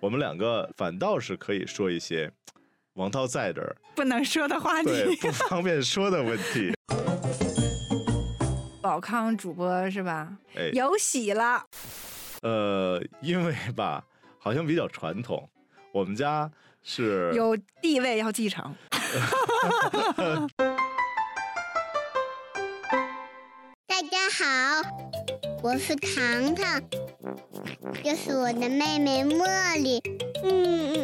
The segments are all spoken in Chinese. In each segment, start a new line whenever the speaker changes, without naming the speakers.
我们两个反倒是可以说一些王涛在这 儿
不能说的话
对
题。
不方便说的问 题。
宝康主播是吧？
哎，
有喜了，
呃，因为吧，好像比较传统，我们家是
有地位要继承。
大家好，我是糖糖，这是我的妹妹茉莉。嗯嗯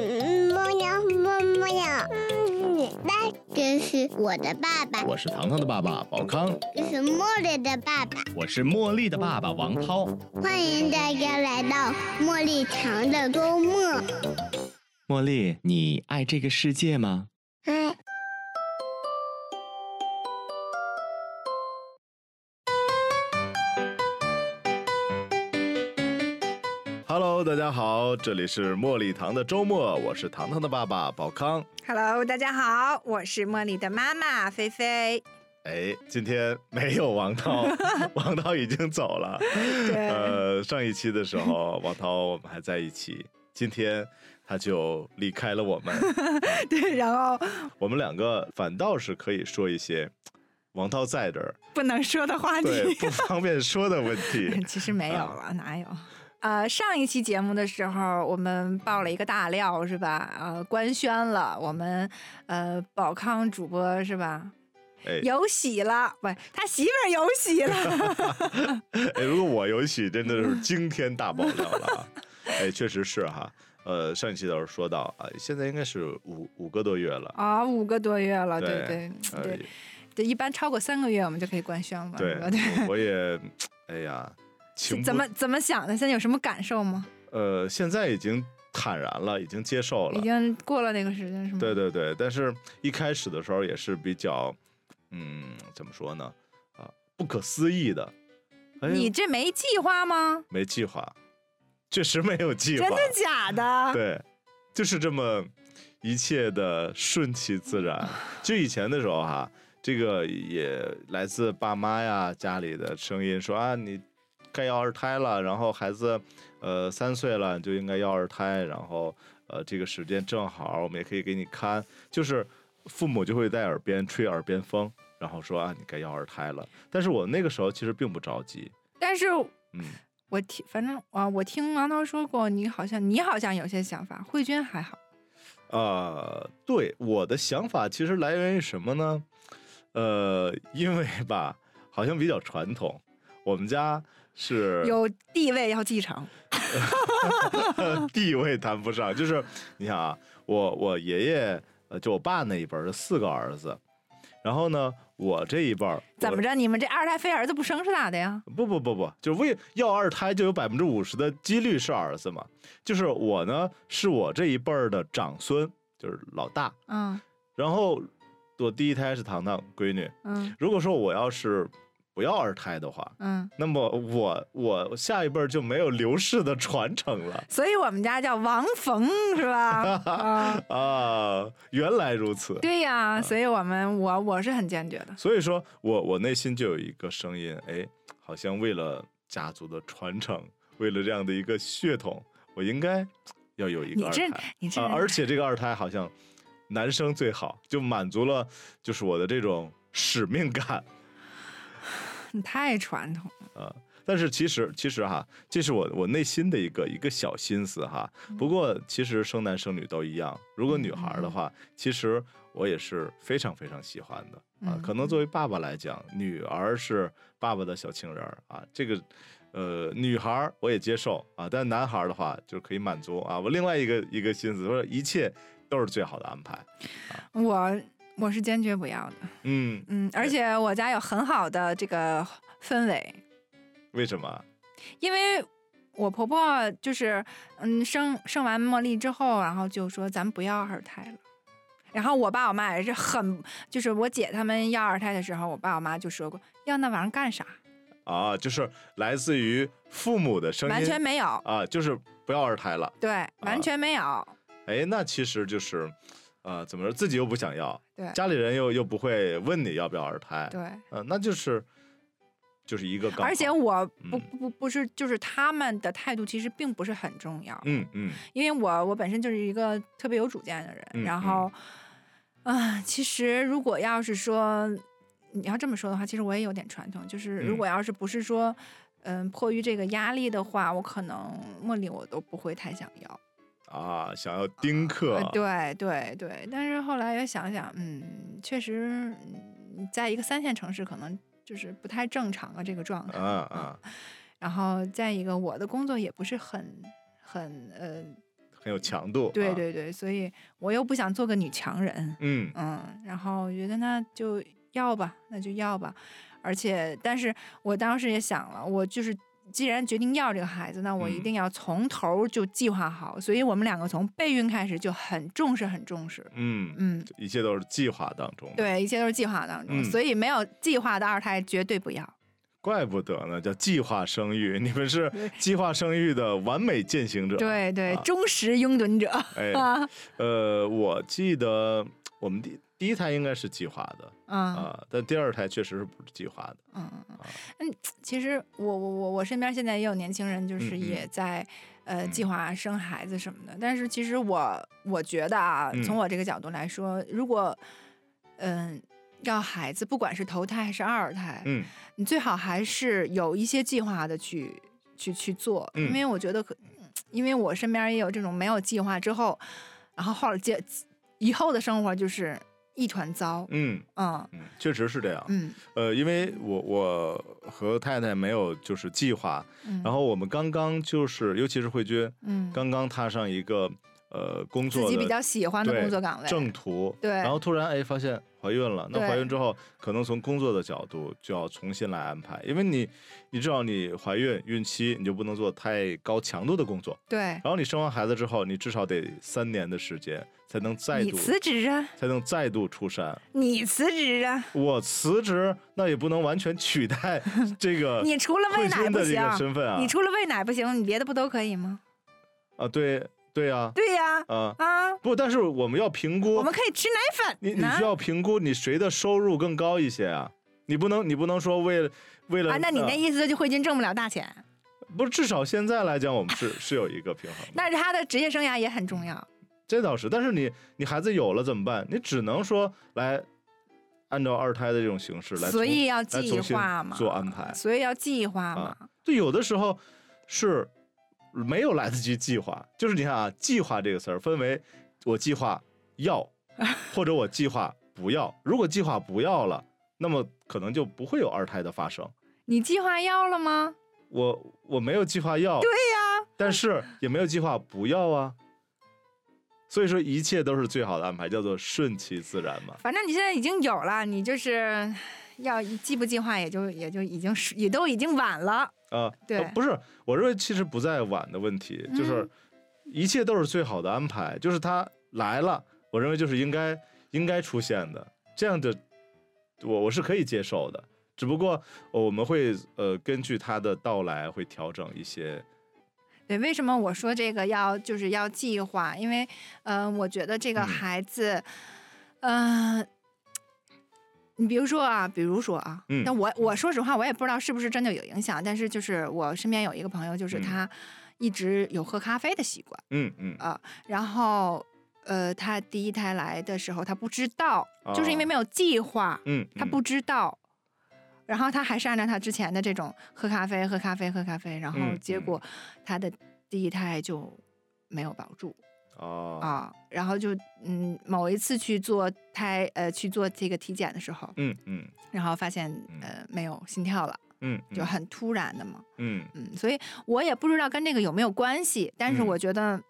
嗯，茉呀茉茉呀，嗯，那这是我的爸爸，
我是糖糖的爸爸宝康，
这是茉莉的爸爸。
我是茉莉的爸爸王涛。
欢迎大家来到茉莉糖的周末。
茉莉，你爱这个世界吗？
哎，
Hello，大家好，这里是茉莉糖的周末，我是糖糖的爸爸宝康。
Hello，大家好，我是茉莉的妈妈菲菲。
哎，今天没有王 涛，王涛已经走了。
对，
呃，上一期的时候，王涛我们还在一起，今天他就离开了 我们，
对，然后
我们两个反倒是可以说一些王涛在 这儿
不能说的话
对
题。。
不方便说的问题
其实没有
嗯
了，哪有？呃，上一期节目的时候，我们爆了一个大料，是吧？呃，官宣了，我们呃，宝康主播是吧？
哎
有喜了，不，他媳妇儿有喜 了。
哎，如果我有喜，真的是惊天大爆料了啊！哎，确实是哈。呃，上一期的时候说到啊，现在应该是五五个多月了。
啊、五个多月了，对对
对呃
对对，一般超过三个月我们就可以官宣了，
对
是吧？对，，
我我也，哎呀，情
怎
不
么怎么想的？现在有什么感受吗？
呃，现在已经坦然了，已经接受
已
了。
经过了那个时间是吗？
对对对，但是一开始的时候也是比较，嗯，怎么说呢？啊，不可思议的，哎呦，
你这没计划吗？
没计划，确实没有计划嗯
真，的假 的？
对，就是这么一切的顺其自然。就以前的时候哈、这个也来自爸妈呀家里的声音说啊，你该要二胎了，然后孩子呃三岁了你就应该要二胎，然后呃这个时间正好，我们也可以给你看，就是父母就会在耳边吹耳边风。然后说啊，你该要二胎了。但是我那个时候其实并不着急，
但是
嗯，
我听，反正啊，我听王涛说过，你好像你好像有些想法，慧君还好，
呃，对，我的想法其实来源于什么呢？呃，因为吧，好像比较传统，我们家是
有地位要继承。
地位谈不上，就是你想啊，我我爷爷呃，就我爸那一辈儿是四个儿子，然后呢，我这一辈儿
怎么
着？
着？你们这二胎非儿子不生是咋的呀？
不不不不，就为要二胎就有百分之五十的几率是儿子嘛，就是我呢是我这一辈儿的长孙，就是老大，
嗯
然后我第一胎是糖糖闺女。
嗯
如果说我要是不要二胎的话，
嗯，
那么我我下一辈儿就没有刘氏的传承了
所以我们家叫王冯是吧？ 啊，
啊！原来如此，
对呀，所以我们我我是很坚决的。
所以说我我内心就有一个声音，哎，好像为了家族的传承，为了这样的一个血统，我应该要有一
你
个二
这
胎
你这
啊！而且这个二胎好像男生最好，就满足了就是我的这种使命感。
你嗯太传统了。
但是其实其实哈，这是我我内心的一个一个小心思哈。
嗯
不过其实生男生女都一样，如果女孩儿的话，其实我也是非常非常喜欢的啊
嗯。
可能作为爸爸来讲，女儿是爸爸的小情人儿啊，这个。呃，女孩儿我也接受啊，但男孩儿的话就可以满足啊。我另外一个一个心思，说一切都是最好的安排。
我我是坚决不要的，
嗯，
嗯，而且我家有很好的这个氛围，
为什么？
因为我婆婆就是嗯生生完茉莉之后，然后就说咱不要二胎了。然后我爸我妈也是很，就是我姐他们要二胎的时候，我爸我妈就说过要那玩意儿干啥，
啊，就是来自于父母的声音，
完全没有，
啊，就是不要二胎了。
对，完全没有，
哎，那其实就是，呃，怎么说，自己又不想要，
对
家里人又又不会问你要不要二胎，
对，
呃，那就是就是一个杠。
而且，我不
嗯
不不是，就是他们的态度其实并不是很重要，
嗯嗯，
因为我我本身就是一个特别有主见的人，
嗯
然后，啊、其实如果要是说你要这么说的话，其实我也有点传统，就是如
嗯
果要是不是说，嗯、迫于这个压力的话，我可能茉莉我都不会太想要。
啊，想要丁克，
呃对对对，但是后来也想想，嗯，确实，嗯在一个三线城市可能就是不太正常啊这个状态。
啊啊，
然后再一个，我的工作也不是很很呃，
很有强度。
对
啊，
对对，所以我又不想做个女强人，
嗯
嗯，然后我觉得那就要吧，那就要吧。而且，但是我当时也想了，我就是既然决定要这个孩子，那我一
嗯
定要从头就计划好。所以我们两个从备孕开始就很重视，很重视。
嗯，
嗯，
一切都是计划当中。，
对，一切都是计划当中，
嗯
所以没有计划的二胎绝对不要。
怪不得呢，叫计划生育。你们是
对
计划生育的完美践行者。，
对对，
啊
忠实拥趸者。
哎，
啊，
呃，我记得我们第第一胎应该是计划的
嗯
啊，但第二胎确实是不是计划的。
嗯嗯
啊
嗯，其实我我我我身边现在也有年轻人，就
嗯
是
嗯
也在、呃计
嗯
划生孩子什么的。但是其实我我觉得啊，
嗯
从我这个角度来说，如果嗯要孩子，不管是头胎还是二胎，
嗯
你最好还是有一些计划的去去去做，因
嗯
为我觉得可，因为我身边也有这种没有计划之后，然后后来接以后的生活就是一团糟，
嗯
嗯
嗯，确实是这样。
嗯
呃，因为我我和太太没有就是计划，
嗯，
然后我们刚刚就是，尤其是慧君，
嗯，
刚刚踏上一个呃工
自
作
己比
的
较喜欢的
对
工作岗位，
正途，
对
然后突然哎发现怀孕了，那
对
怀孕之后可能从工作的角度就要重新来安排，因为你你知道你怀孕孕期你就不能做太高强度的工作，
对，
然后你生完孩子之后，你至少得三年的时间才能再
你
度
辞职啊，
才能再度出山。
你辞职啊，
我辞职那也不能完全取 代这个
你除了喂
慧
奶
君
不
的这
行，
个身份啊
你除了喂奶不行，你别的不都可以吗？
啊对对呀
对呀、
啊
啊，
不，但是我们要评估
我们可以吃奶
你
粉
你
呢
需。要评估你谁的收入更高一些啊？你不能你不能说为了为了
啊，那你那
呃
意思就是慧君挣不了大钱，
不是至少现在来讲，我们 是是有一个平衡的，
但是他的职业生涯也很重要。
这倒是。但是你你孩子有了怎么办？你只能说来按照二胎的这种形式来重，
所以要
来
计
重新
划嘛，
做安排。
所以要计划嘛
啊，就有的时候是没有来得及计划，就是你看啊，计划这个词儿分为我计划 要或者我计划不要。如果计划不要了，那么可能就不会有二胎的发生。
你计划要了吗？
我我没有计划要，对呀、但是也没有计划不要啊。所以说，一切都是最好的安排，叫做顺其自然嘛。
反正你现在已经有了，你就是要计不计划，也就也就已经是也都已经晚了。
啊、呃
对
不是，我认为其实不在晚的问题，就是
嗯
一切都是最好的安排，就是它来了，我认为就是应该应该出现的，这样的我我是可以接受的。只不过呃我们会呃根据它的到来会调整一些，
对，为什么我说这个要就是要计划？因为，嗯、我觉得这个
嗯
孩子，嗯、你比如说啊，比如说啊，
嗯
那我我说实话，我也不知道是不是真的有影响，但是就是我身边有一个朋友，就是
嗯
他一直有喝咖啡的习惯，
嗯嗯
然后，呃，他第一胎来的时候，他不知道，就是因为
哦
没有计划，
嗯，
他
嗯
不知道。然后他还是按照他之前的这种喝咖啡、喝咖啡、喝咖啡，然后
嗯
结
嗯
果他的第一胎就没有保住
哦
啊。然后就嗯，某一次去做胎呃去做这个体检的时候，
嗯嗯
然后发现
嗯
呃没有心跳了，
嗯，
就
嗯
很突然的嘛。
嗯
嗯，所以我也不知道跟这个有没有关系，但是
嗯
我觉得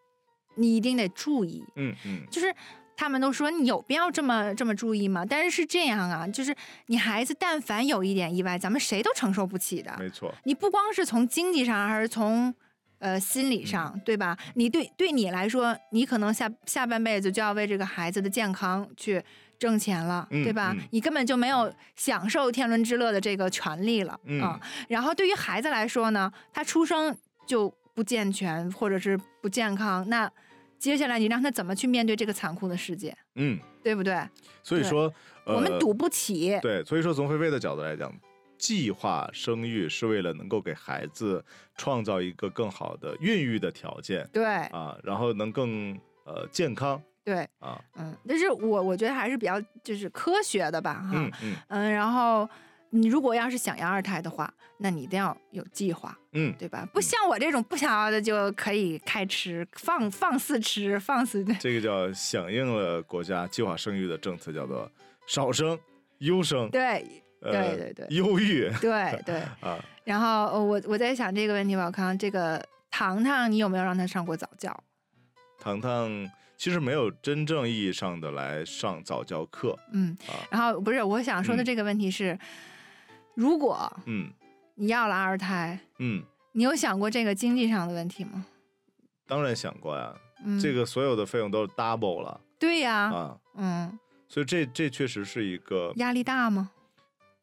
你一定得注意，
嗯嗯
就是他们都说你有必要这么这么注意吗？但是是这样啊，就是你孩子但凡有一点意外，咱们谁都承受不起的。
没错，
你不光是从经济上，还是从呃心理上，
嗯
对吧？你对对你来说，你可能下下半辈子就要为这个孩子的健康去挣钱了，
嗯
对吧？
嗯
你根本就没有享受天伦之乐的这个权利了啊、
嗯
然后对于孩子来说呢，他出生就不健全或者是不健康，那接下来你让他怎么去面对这个残酷的世界，
嗯，
对不对？
所以
对
说，呃、
我们赌不起，
对，所以说从菲菲的角度来讲，计划生育是为了能够给孩子创造一个更好的孕育的条件
对
啊，然后能更呃健康
对，
啊，
嗯，但是我我觉得还是比较就是科学的吧，哈，
嗯嗯
嗯，然后你如果要是想要二胎的话，那你一定要有计划，
嗯，
对吧？不像我这种不想要的就可以开吃，放放肆吃，放肆的。
这个叫响应了国家计划生育的政策，叫做少生、优生，
对
呃
对对对
优育
对对，
啊，
然后呃我我在想这个问题，宝康，这个糖糖，你有没有让他上过早教？
糖糖其实没有真正意义上的来上早教课，
嗯
啊，
然后不是我想说的
嗯
这个问题是，如果
嗯
你要了二胎，
嗯，
你有想过这个经济上的问题吗？
当然想过呀，
嗯，
这个所有的费用都是 double 了
对呀、
啊，
嗯，
所以这这确实是一个，
压力大吗？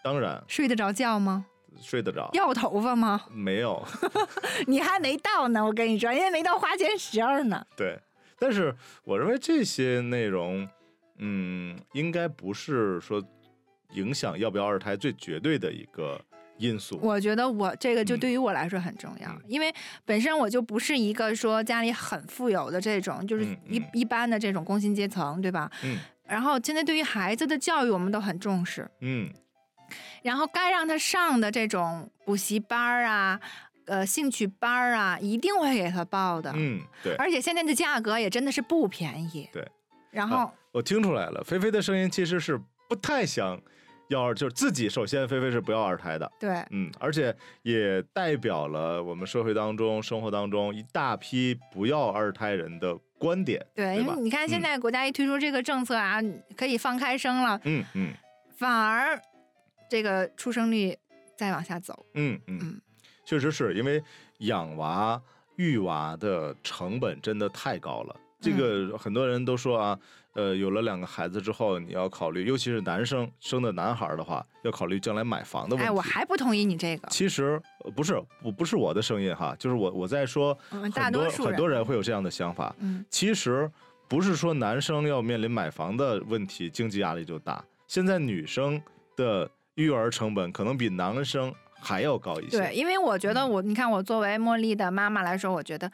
当然
睡得着觉吗？
睡得着。
掉头发吗？
没有，
你还没到呢，我跟你说，因为没到花钱时候呢。
对，但是我认为这些内容，嗯，应该不是说影响要不要二胎最绝对的一个因素。
我觉得我这个就
嗯
对于我来说很重要，
嗯
因为本身我就不是一个说家里很富有的这种，就是
嗯
一、
嗯
一般的这种工薪阶层，对吧？
嗯
然后现在对于孩子的教育，我们都很重视，
嗯
然后该让他上的这种补习班儿啊，呃，兴趣班儿啊，一定会给他报的。
嗯，对，
而且现在的价格也真的是不便宜。
对。
然后、
啊我听出来了，菲菲的声音其实是不太想要二，就是自己首先菲菲是不要二胎的，
对
嗯，而且也代表了我们社会当中、生活当中一大批不要二胎人的观点，
对，因
吧
为？你看现
嗯
在国家一推出这个政策啊，可以放开生了，
嗯嗯
反而这个出生率再往下走。
嗯嗯
嗯，
确实是因为养娃、育娃的成本真的太高了。这
嗯
个很多人都说啊，呃，有了两个孩子之后，你要考虑，尤其是男生生的男孩儿的话，要考虑将来买房的问题。
哎，我还不同意你这个，
其实呃不是，不不是我的声音哈，就是我我在说，
嗯，
很
大多
多
数
很多人会有这样的想法。
嗯，
其实不是说男生要面临买房的问题，经济压力就大。现在女生的育儿成本可能比男生还要高一些。
对，，因为我觉得
嗯
我，你看我作为茉莉的妈妈来说，我觉得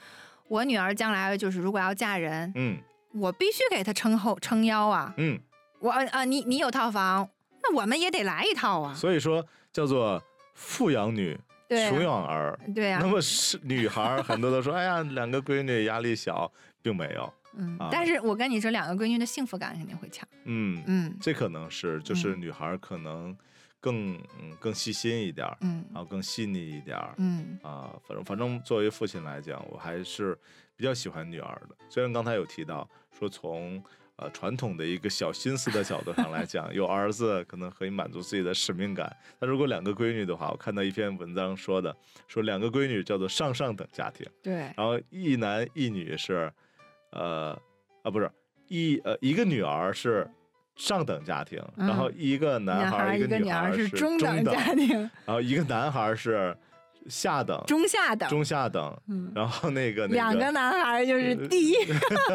我女儿将来就是如果要嫁人，
嗯
我必须给她撑后撑腰啊。
嗯，
我呃呃，你你有套房，那我们也得来一套啊。
所以说叫做富养女，
对
穷
啊，
养儿。
对呀、
那么是女孩儿很多都说，哎呀，两个闺女压力小，并没有。
嗯
啊。
但是我跟你说，两个闺女的幸福感肯定会强。
嗯，
嗯
这可能是就是
嗯
女孩儿可能更嗯更细心一点儿，
嗯
然后更细腻一点儿。
嗯
啊，反正反正作为父亲来讲，我还是比较喜欢女儿的。虽然刚才有提到说从呃传统的一个小心思的角度上来讲，有儿子可能可以满足自己的使命感。但如果两个闺女的话，我看到一篇文章说的，说两个闺女叫做上上等家庭，
对，
然后一男一女是，呃啊不是一呃一个女儿是。上等家庭，然后一个男孩儿、
一个
女
女
孩
嗯儿
儿
是
中
等家庭，
然后一个男孩儿是下等，
中下等。
中下等，
嗯，
然后那个、那
两个男孩就是
呃
第一。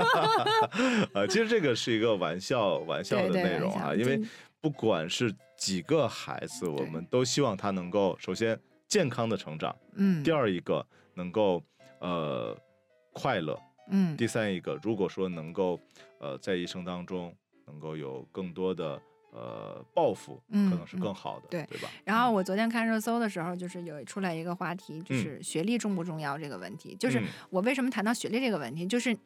呃，其实这个是一个玩笑玩笑的
对对
内容
玩笑
啊，因为
真
不管是几个孩子，我
对
们都希望他能够首先健康的成长，
嗯
第二一个能够呃快乐，
嗯
第三一个如果说能够呃在一生当中能够有更多的呃抱负，
嗯
可能是更好的，
对
对吧？
然后我昨天看热搜的时候，就是有出来一个话题，就
嗯
是学历重不重要这个问题。就是
嗯
我为什么谈到学历这个问题，就是，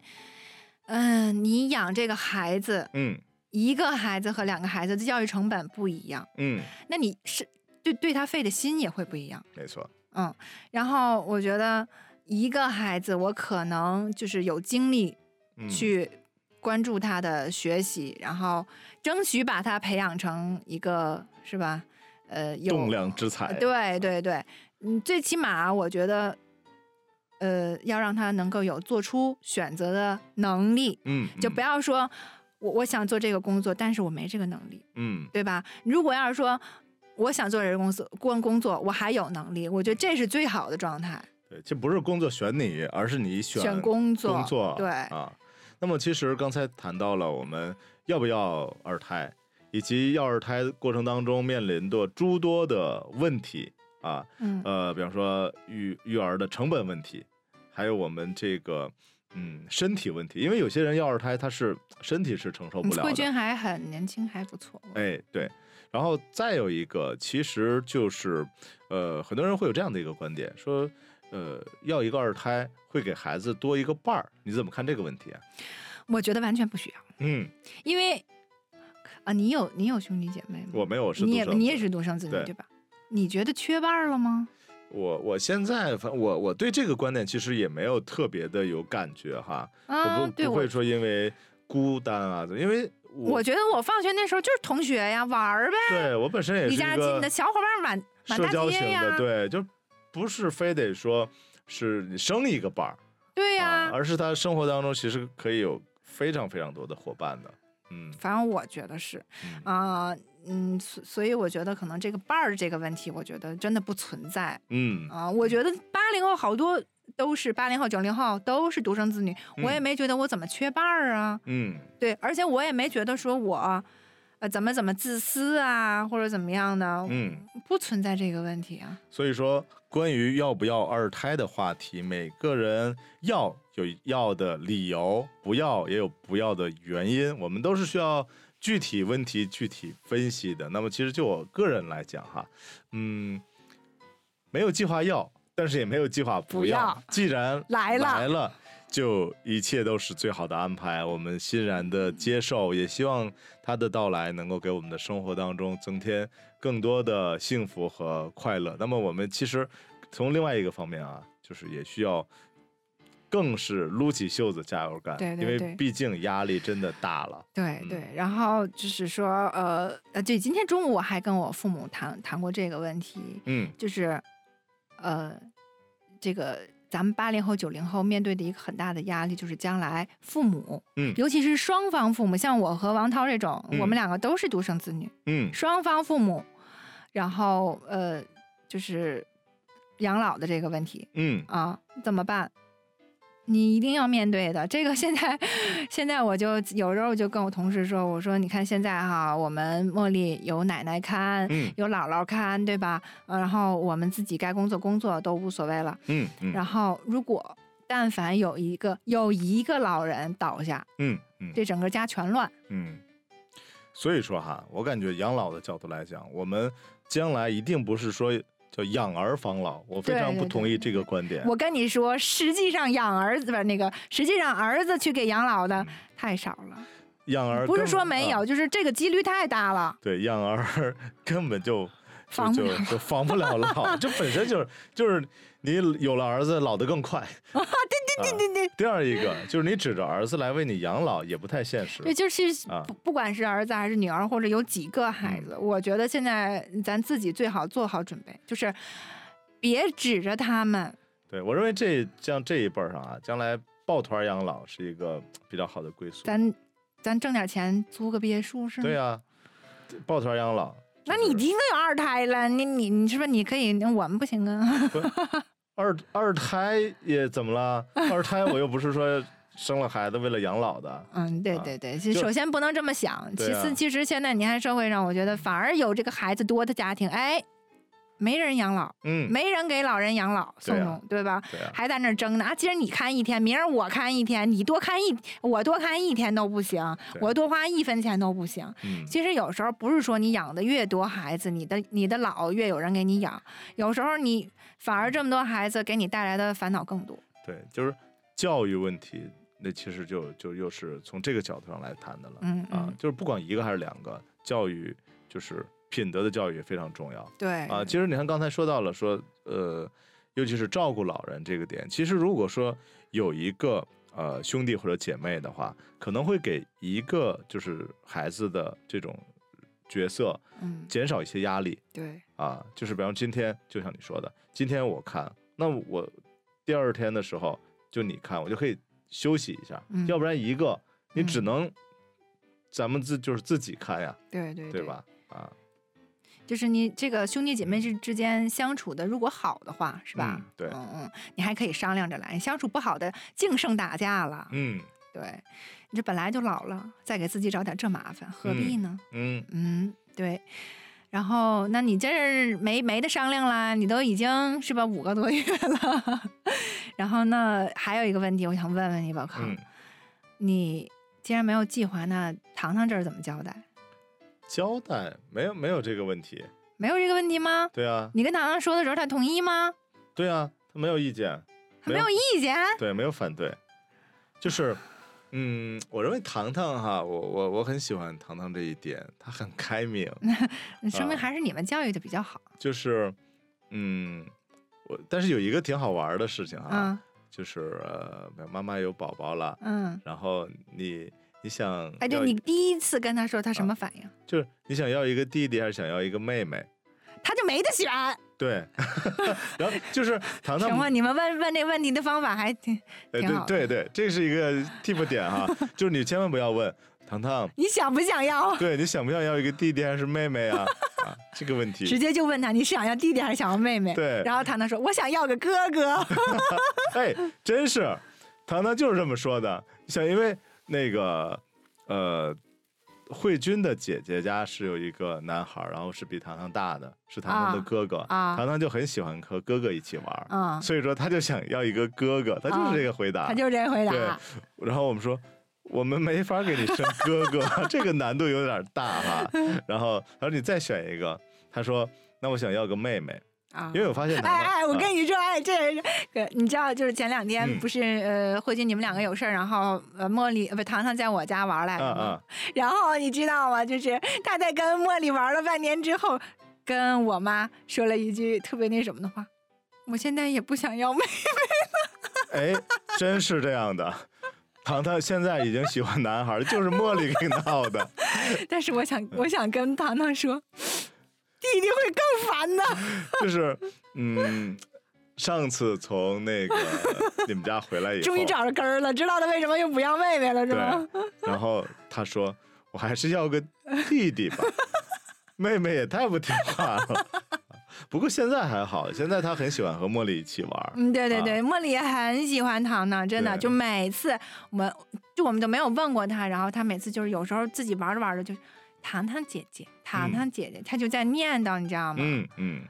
嗯、你养这个孩子，
嗯
一个孩子和两个孩子的教育成本不一样，
嗯，
那你是对对他费的心也会不一样。
没错，
嗯，然后我觉得一个孩子，我可能就是有精力
嗯，
去关注他的学习，然后争取把他培养成一个是吧？呃，有
栋梁之才，
对对对，嗯，最起码我觉得，呃，要让他能够有做出选择的能力，
嗯，
就不
要
要说我我想做这个工作，但是我没这个能力，
嗯
对吧？如果要是说我想做这个工作工工作，我还有能力，我觉得这是最好的状态。
对，这不是工作选你，而是你选
选
工
工作，
作
对，
啊。那么其实刚才谈到了我们要不要二胎，以及要二胎过程当中面临的诸多的问题啊，
嗯
呃，比方说育育儿的成本问题，还有我们这个嗯身体问题，因为有些人要二胎他是身体是承受不了
慧
的，
君嗯还很年轻，还不错。
哎，对。然后再有一个，其实就是，呃，很多人会有这样的一个观点，说，呃，要一个二胎会给孩子多一个伴儿，你怎么看这个问题啊？
我觉得完全不需要，
嗯，
因为啊，你有你有兄弟姐妹吗？
我没有，我是
你也
独生
你也
子
是独生子女
对
对吧？你觉得缺伴儿了吗？
我我现在反我我对这个观点其实也没有特别的有感觉哈，
啊，
我不
对
不
我
会说因为孤单啊，因为我
我觉得我放学那时候就是同学呀，玩儿呗，
对我本身也是
离
一
家近
个
的小伙伴满满
社
大
交型
街呀
的，，对，就不是非得说是你生一个伴儿
对呀
啊，，而是他生活当中其实可以有非常非常多的伙伴的，嗯
反正我觉得是
嗯
啊，嗯，所所以我觉得可能这个伴儿这个问题，我觉得真的不存在
嗯
啊。我觉得八零后好多都是八零后、九零后都是独生子女，我也
嗯
没觉得我怎么缺伴儿啊。
嗯
对，而且我也没觉得说我，呃，怎么怎么自私啊，或者怎么样的，
嗯，
不存在这个问题啊。
所以说关于要不要二胎的话题，每个人要有要的理由，不要也有不要的原因，我们都是需要具体问题具体分析的。那么其实就我个人来讲哈，嗯，没有计划要，但是也没有计划不
不要
既然
来了
来了。就一切都是最好的安排，我们欣然的接受，也希望它的到来能够给我们的生活当中增添更多的幸福和快乐。那么我们其实从另外一个方面啊，就是也需要更是撸起袖子加油干，
对对
因
对
为毕竟压力真的大了。
对
嗯
对，然后就是说，呃呃，对，今天中午我还跟我父母谈谈过这个问题，
嗯
就是，呃，这个咱们八零后、九零后面对的一个很大的压力，就是将来父母，
嗯
尤其是双方父母，像我和王涛这种，我
嗯
们两个都是独生子女，
嗯
双方父母，然后呃，就是养老的这个问题
嗯
啊，怎么办？你一定要面对的。这个现在，现在我就有时候就跟我同事说，我说你看现在哈，我们茉莉有奶奶看，
嗯
有姥姥看，对吧？呃然后我们自己该工作工作都无所谓了。
嗯嗯
然后如果但凡有一个有一个老人倒下，
嗯嗯
这整个家全乱。
嗯。所以说哈，我感觉养老的角度来讲，我们将来一定不是说叫养儿防老，我非
对
常
对
不
对
同意这个观点。
我跟你说，实际上养儿子不是那个，实际上儿子去给养老的
嗯
太少了，
养儿
不是
根
说
本
没
啊
有，就是这个几率太大了。
对，养儿 根本就
防不
就
了
就就防不了 老，这本身就是就是你有了儿子老得更
啊
快。对对对对对。第二一个就是你指着儿子来为你养老也不太现实。
对，就是
啊
不不管是儿子还是女儿，或者有几个孩
嗯
子，我觉得现在咱自己最好做好准备，就是别指着他们。
对我认为这像这一辈儿上啊，将来抱团养老是一个比较好的归宿。
咱咱挣点钱租个别墅是吗？
对啊，抱团养老。
那
就
你
是
一个有二胎了，你你你是不是你可以？那我们不行啊。
二二胎也怎么了？二胎我又不是说生了孩子为了养老的。
嗯，对
啊
对对，其实
就
首先不能这么想，
对
其
啊
次，其实现在你看社会上，我觉得反而有这个孩子多的家庭，哎，没人养老，
嗯，
没人给老人养老
对
送
啊
终，对吧？
对啊，
还在那儿争呢啊！今儿你看一天，明儿我看一天，你多看一，我多看一天都不行，
对
我多花一分钱都不行。
嗯，
其实有时候不是说你养的越多孩子，你的你的老越有人给你养，有时候你反而这么多孩子给你带来的烦恼更多。
对，就是教育问题，那其实就就又是从这个角度上来谈的了、
嗯
啊
嗯，，
就是不管一个还是两个，教育就是品德的教育也非常重要
对
啊。其实你看刚才说到了说，呃，尤其是照顾老人这个点，其实如果说有一个呃兄弟或者姐妹的话，可能会给一个就是孩子的这种角色
嗯，
减少一些压力，
对，
啊，就是比方今天，就像你说的，今天我看，那我第二天的时候就你看，我就可以休息一下，
嗯
要不然一个你只
嗯
能、咱们自就是自己看呀，
对对
对？吧？啊，
就是你这个兄弟姐妹之之间相处的，如果好的话，是吧？
嗯对
嗯嗯，你还可以商量着来，相处不好的净剩打架了。
嗯，
对，你这本来就老了，再给自己找点这麻烦，何必呢？
嗯，
嗯，对。然后，那你这是没没得商量啦，你都已经是吧五个多月了。 然后呢，还有一个问题，我想问问你，宝康，
嗯，
你既然没有计划，那糖糖这儿怎么交代？
交代没有没有这个问题，
没有这个问题吗？
对啊，
你跟糖糖说的时候，他同意吗？
对啊，他没有意见，
他没有意见。啊
对，没有反对，就是，嗯，我认为糖糖哈，我我我很喜欢糖糖这一点，他很开 明，
说明
啊
还是你们教育的比较好。
就是，嗯，我但是有一个挺好玩儿的事情啊，
嗯
就是呃，妈妈有宝宝了，
嗯，
然后你你想，
哎，对你，第一次跟他说，他什
啊
么反应？
就是你想要一个弟弟还是想要一个妹妹？
他就没得选。
对，然后就是糖
什
糖
么？你们问问这问题的方法还挺……
哎，
挺好
对对对，这是一个 tip 点哈， 就是你千万不要问糖糖，
你想不想要？
对你想不想要一个弟弟还是妹妹啊？啊，这个问
直
题，
接就问他，你是想要弟弟还是想要妹妹？
对
然后糖糖说，我想要个哥 哥。
哎，真是，糖糖就是这么说的。想因为那个，呃，慧君的姐姐家是有一个男孩儿，然后是比糖糖大的，是糖糖的
啊
哥哥。
啊
糖糖就很喜欢和哥哥一起玩儿，
嗯，
所以说他就想要一个哥哥，他就是这个回答。
他就是这回答。啊
然后我们说，我们没法给你生哥哥， 这个难度有点大 哈。然后他说你再选一个，他说那我想要个妹妹，
啊
因为我发现男的
哎哎，我
啊
跟你说，哎，这个你知道，就是前两天
嗯
不是、呃，慧君你们两个有事儿，然后呃，茉莉呃不糖糖在我家玩来
啊
着吗？
啊，
然后你知道吗？就是他在跟茉莉玩了半年之后，跟我妈说了一句特别那什么的话。我现在也不想要妹，
哎，真是这样的。糖糖现在已经喜欢男孩了，就是茉莉给闹的。
但是我想，
嗯
我想跟糖糖说，弟弟会更烦的。
就是，嗯，上次从那个你们家回来以后，
终于找着根儿了，知道他为什么又不要妹妹了，是
对
吗？，
然后他说：“我还是要个弟弟吧， 妹妹也太不听话了。” 不过现在还好，现在他很喜欢和茉莉一起玩儿。
嗯，对对
啊
对，茉莉也很喜欢糖糖，真的，
对
就每次我们就我们都没有问过她，然后她每次就是有时候自己玩着玩着就糖糖姐姐，糖糖姐姐，她就在念叨，你知道吗？
嗯嗯，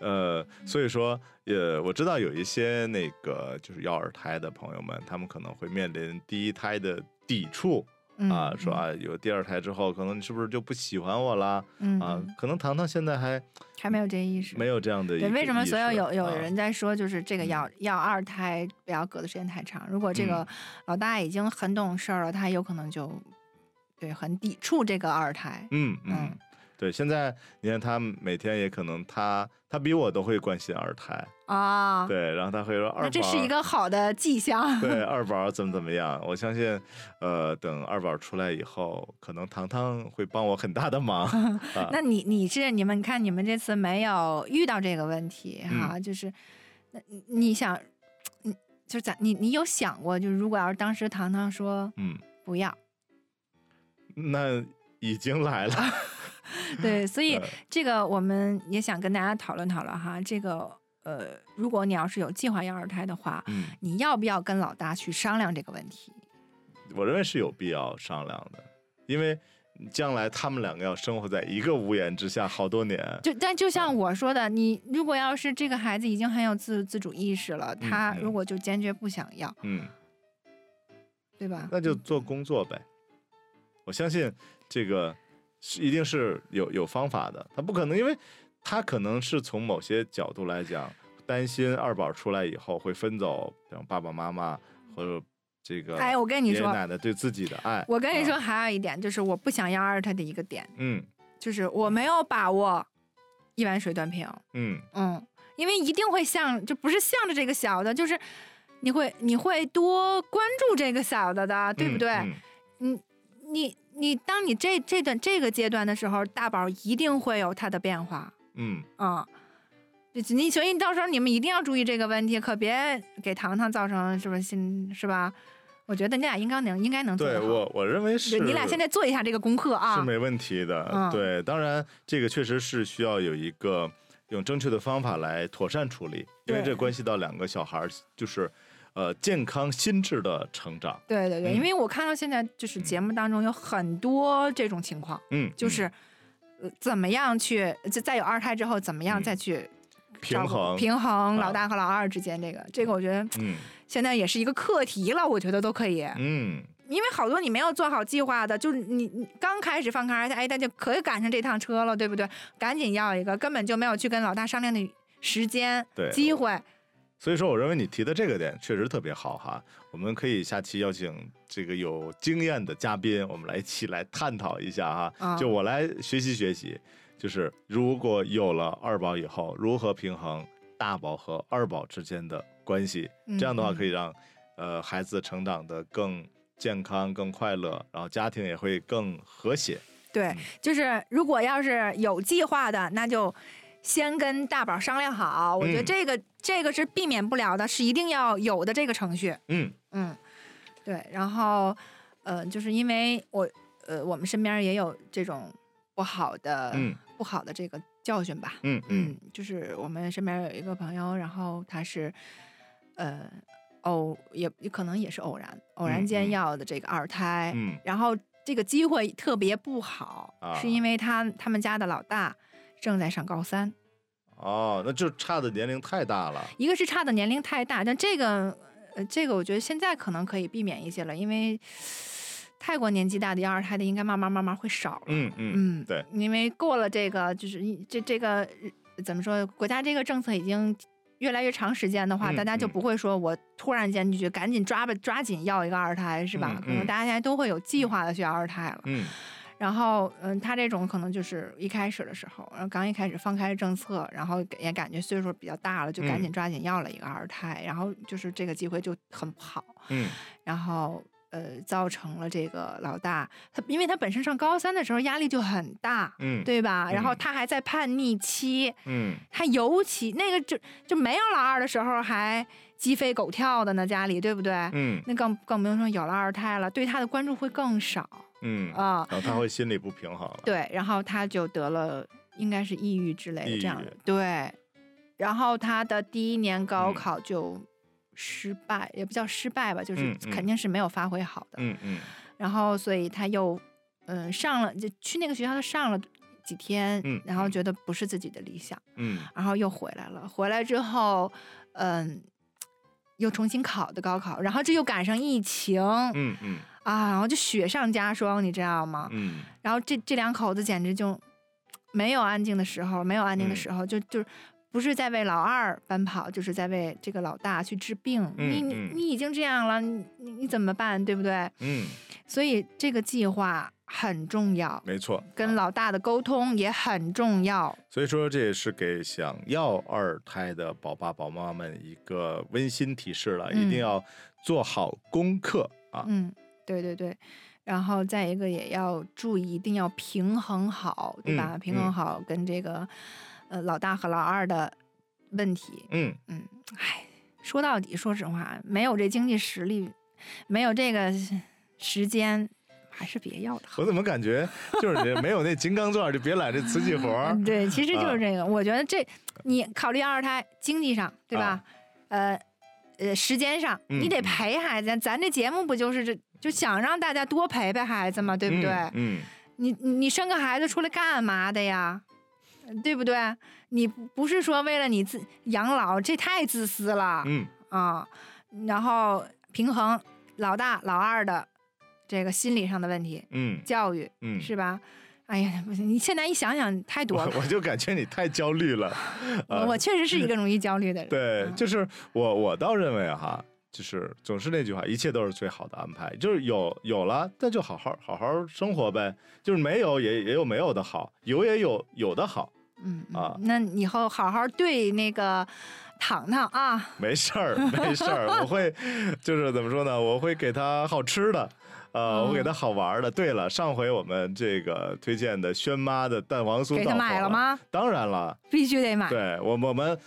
呃，所以说，呃，我知道有一些那个就是要二胎的朋友们，他们可能会面临第一胎的抵触
嗯
啊，说啊，有第二胎之后，可能你是不是就不喜欢我啦？
嗯
啊
嗯，
可能糖糖现在还
还没有这意识，
没有这样的一个
对，
意识。
为什么所有有有
啊
人在说，就是这个
嗯
要、要二胎不要隔的时间太长？如果这个
嗯
老大已经很懂事儿了，他有可能就对很抵触这个二胎。
嗯
嗯
嗯，对，现在你看他每天也可能他他比我都会关心二胎，
啊，
对，然后他会说二宝
那
儿，
这是一个好的迹象。
对啊二宝儿怎么怎么样，我相信，呃，等二宝儿出来以后，可能糖糖会帮我很大的 忙啊，
那你你是你们看你们这次没有遇到这个问题哈，
嗯
就是那你你想，嗯，就咱你你有想过，就是如果要是当时糖糖说
嗯，
不要，
那已经来了，
啊对，所以
呃
这个我们也想跟大家讨论讨论哈，这个呃，如果你要是有计划要二胎的话，
嗯，
你要不要跟老大去商量这个问题？
我认为是有必要商量的，因为将来他们两个要生活在一个屋檐之下好多年，
就但就像我说的，你如果要是这个孩子已经很有自自主意识了，他
嗯
如果就坚决不想要，
嗯。
对吧？
那就做工作呗。我相信这个是一定是有有方法的，他不可能，因为他可能是从某些角度来讲，担心二宝出来以后会分走，比方爸爸妈妈或者这个
哎，我跟你
爷爷
说，
奶奶对自己的爱。
我跟你说，
啊，
还有一点就是我不想要二胎的一个点，
嗯
就是我没有把握一碗水端平。
嗯
嗯，因为一定会向，就不是向着这个小的，就是你会你会多关注这个小的的，对不
嗯
对？
嗯
你你当你这这段这个阶段的时候，大宝一定会有他的变化，
嗯，
嗯。就你所以到时候你们一定要注意这个问题，可别给糖糖造成是不是心是吧？我觉得你俩应该能应该能做
对
得好。
我我认为是
就你俩现在做一下这个功课啊。
是没问题的。
嗯
对，当然这个确实是需要有一个用正确的方法来妥善处理，因为
对
这关系到两个小孩儿，就是呃健康心智的成长。
对对对，
嗯
因为我看到现在就是节目当中有很多这种情况，
嗯，
就
嗯
是呃怎么样去就再有二胎之后，怎么样
嗯
再去照
平
顾
衡，
平衡老
啊
大和老二之间这个这个，我觉得
嗯
现在也是一个课题了。我觉得都可以，
嗯，
因为好多你没有做好计划的，就是你你刚开始放开二胎，哎，大家可以赶上这趟车了，对不对？赶紧要一个，根本就没有去跟老大商量的时间、
对
机会。
所以说我认为你提的这个点确实特别好哈，我们可以下期邀请这个有经验的嘉宾，我们来一起来探讨一下哈，
啊
就我来学习学习，就是如果有了二宝以后，如何平衡大宝和二宝之间的关系，
嗯
这样的话
嗯
可以让呃孩子成长的更健康、更快乐，然后家庭也会更和谐。嗯
对，就是如果要是有计划的，那就先跟大宝商量好。我觉得
嗯
这个、这个是避免不了的，是一定要有的这个程序。
嗯
嗯，对。然后，呃，就是因为我呃，我们身边也有这种不好的、
嗯
不好的这个教训吧。
嗯嗯
嗯，就是我们身边有一个朋友，然后他是，呃，偶也也可能也是偶然，偶然
嗯
间
嗯
要的这个二胎，
嗯
然后这个机会特别不好，
啊
是因为他他们家的老大正在上高三，
哦，那就差的年龄太大了。
一个是差的年龄太大，但这个呃这个我觉得现在可能可以避免一些了，因为太过年纪大的要二胎的应该慢慢慢慢会少了。
嗯嗯
嗯，
对，
因为过了这个，就是一这这个呃怎么说，国家这个政策已经越来越长时间的话，
嗯
大家就
嗯
不会说我突然间就觉得赶紧抓吧，抓紧要一个二胎是吧？
嗯
可能
嗯
大家现在都会有计划的去要二胎了。
嗯
然后，嗯，他这种可能就是一开始的时候，然后刚一开始放开政策，然后也感觉岁数比较大了，就赶
嗯
紧抓紧要了一个二胎，然后就是这个机会就很不好。
嗯
然后呃，造成了这个老大他，因为他本身上高三的时候压力就很大，
嗯，
对吧？然后
嗯
他还在叛逆期，
嗯
他尤其那个就就没有老二的时候还鸡飞狗跳的呢，家里对不对？
嗯
那更更不用说有了二胎了，对他的关注会更少
嗯，
啊、
然后他会心里不平衡了。
对，然后他就得了应该是抑郁之类的
抑
这样的
郁，
对。然后他的第一年高
嗯
考就失败，也不叫失败吧，就是
嗯嗯
肯定是没有发挥好的。
嗯嗯
然后所以他又嗯上了就去那个学校，他上了几天，
嗯
然后觉得不是自己的理想，
嗯
然后又回来了。回来之后，嗯。又重新考的高考，然后这又赶上疫情、
嗯嗯
啊，然后就雪上加霜，你知道吗？
嗯
然后这这两口子简直就没有安静的时候，没有安静的
嗯
时候，就就不是在为老二奔跑，就是在为这个老大去治病。你
嗯
你
嗯
你已经这样了，你你你怎么办，对不对？
嗯，
所以这个计划很重要，
没错。啊
跟老大的沟通也很重要。
所以说，这也是给想要二胎的宝爸宝妈们一个温馨提示了，一定要做好功课啊。
嗯，对对对。然后再一个也要注意，一定要平衡好，对吧？
嗯
平衡
嗯
好跟这个呃老大和老二的问题。
嗯，
嗯，唉，说到底，说实话，没有这经济实力，没有这个时间，还是别要的好
我。怎么感觉就是你没有那金刚钻就别揽这瓷器活儿
嗯，？对，其实就是
啊
这个。我觉得这你考虑二胎，经济上对吧？
啊
呃呃，时间上
嗯
你得
嗯
陪孩子。咱这节目不就是这就想让大家多陪陪孩子嘛，对不对？
嗯
你你生个孩子出来干嘛的呀？对不对？你不不是说为了你自养老，这太自私了。
嗯
啊、然后平衡老大老二的这个心理上的问题，
嗯
教育
嗯，
是吧？哎呀，不行，你现在一想想太多
我
了。
我就感觉你太焦虑了。
我我确实是一个容易焦虑的人。
啊对，
嗯
就是我我倒认为哈，就是总是那句话，一切都是最好的安排。就是有有了，那就好好好好生活呗。就是没有也也有没有的好，有也有有的好，
嗯
啊
嗯，那以后好好对那个糖糖啊，
没事儿没事儿。我会就是怎么说呢？我会给他好吃的。呃，我给他
嗯
好玩儿的。对了，上回我们这个推荐的轩妈的蛋黄酥
给他
到
买
货
了？吗？
当然了，
必须得买。
对我我们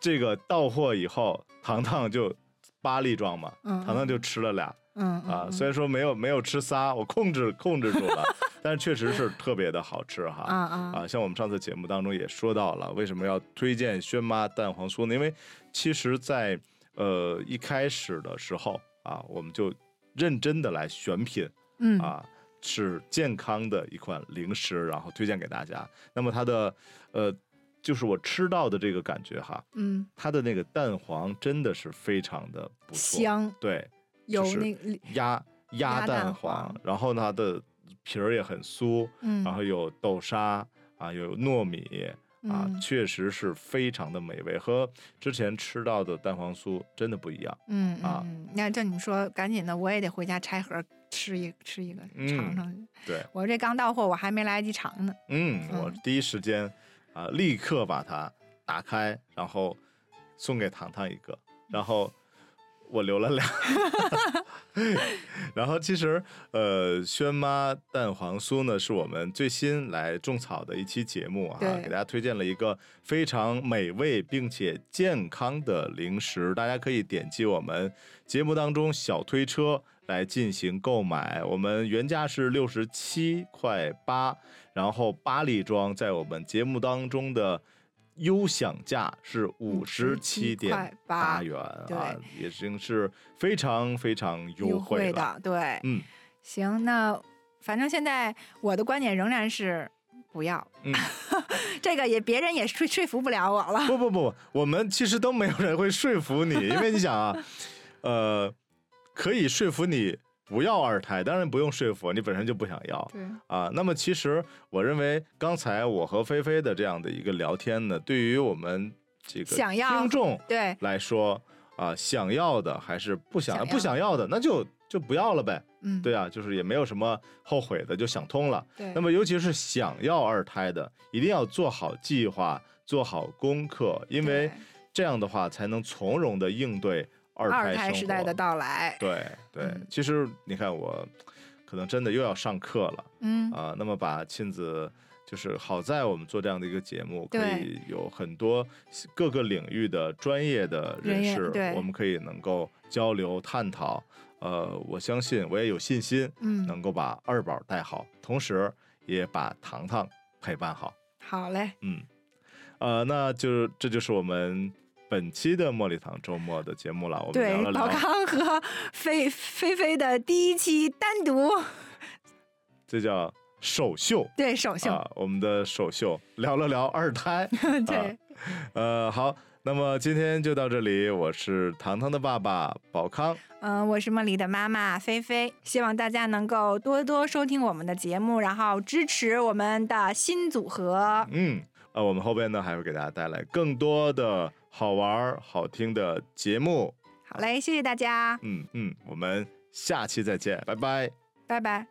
这个到货以后，糖糖就八粒装嘛，
嗯
糖糖就吃了俩，
嗯
啊，
嗯
虽然说没有没有吃仨，我控制控制住了，但是确实是特别的好吃
嗯啊
哈。
啊，
啊，像我们上次节目当中也说到了，为什么要推荐轩妈蛋黄酥呢？因为其实在，呃一开始的时候啊，我们就认真的来选品
嗯
啊，是健康的一款零食，然后推荐给大家。那么它的呃，就是我吃到的这个感觉哈，
嗯，
它的那个蛋黄真的是非常的不错，
香，
对，
有
就是
那个
鸭
鸭
鸭
蛋
蛋
黄
黄，然后它的皮儿也很酥，
嗯，
然后有豆沙啊，有糯米啊，
嗯
确实是非常的美味，和之前吃到的蛋黄酥真的不一样。
嗯
啊
嗯，那这你说赶紧的，我也得回家拆盒吃一吃一个
嗯
尝尝。
对，
我这刚到货，我还没来得及尝呢。
嗯，我
嗯
第一时间啊，立刻把它打开，然后送给糖糖一个，然后我留了俩。 然后其实，呃，轩妈蛋黄酥呢，是我们最新来种草的一期节目啊，
对
给大家推荐了一个非常美味并且健康的零食，大家可以点击我们节目当中小推车来进行购买。我们原价是六十七块八，然后八粒装在我们节目当中的。优享价是五十七点八元啊，已经是非常非常优
优
惠了。
的，对，
嗯
行，那反正现在我的观点仍然是不要，
嗯，
这个也别人也说说服不了我了。
不不不，我们其实都没有人会说服你，因为你想啊， 呃，可以说服你不要二胎，当然不用说服，你本身就不想要。
对，
啊，那么其实我认为刚才我和菲菲的这样的一个聊天呢，对于我们这个
想要
听众
对，
来说啊，想要的还是不想
想要
不想要的，那就就不要了呗。
嗯，
对啊，就是也没有什么后悔的，就想通了。
对，
那么，尤其是想要二胎的，一定要做好计划，做好功课，因为
对
这样的话才能从容的应对二
二
胎
胎
生
时代
活
的到来，
对对，
嗯
其实你看我，可能真的又要上课了
嗯，
啊、那么把亲子。就是好在我们做这样的一个节目，可
对
以有很多各个领域的专业的人
人也
士
对，
我们可以能够交流探讨。呃，我相信我也有信心，
嗯
能够把二宝带好，同时也把糖糖陪伴好。
好嘞，
嗯，呃，那就是这就是我们本期的茉莉糖周末的节目了。我们聊
对，
了
老
聊
康和菲菲菲的第一期单独
这叫首秀
对首秀，
啊，我们的首秀聊了聊二胎。
对，
呃，好，那么今天就到这里。我是糖糖的爸爸宝康，
嗯、我是梦里的妈妈菲菲，希望大家能够多多收听我们的节目，然后支持我们的新组合。
嗯，呃，我们后边呢还会给大家带来更多的好玩儿、好听的节目。
好嘞，谢谢大家，
嗯嗯，我们下期再见，拜拜。
拜拜。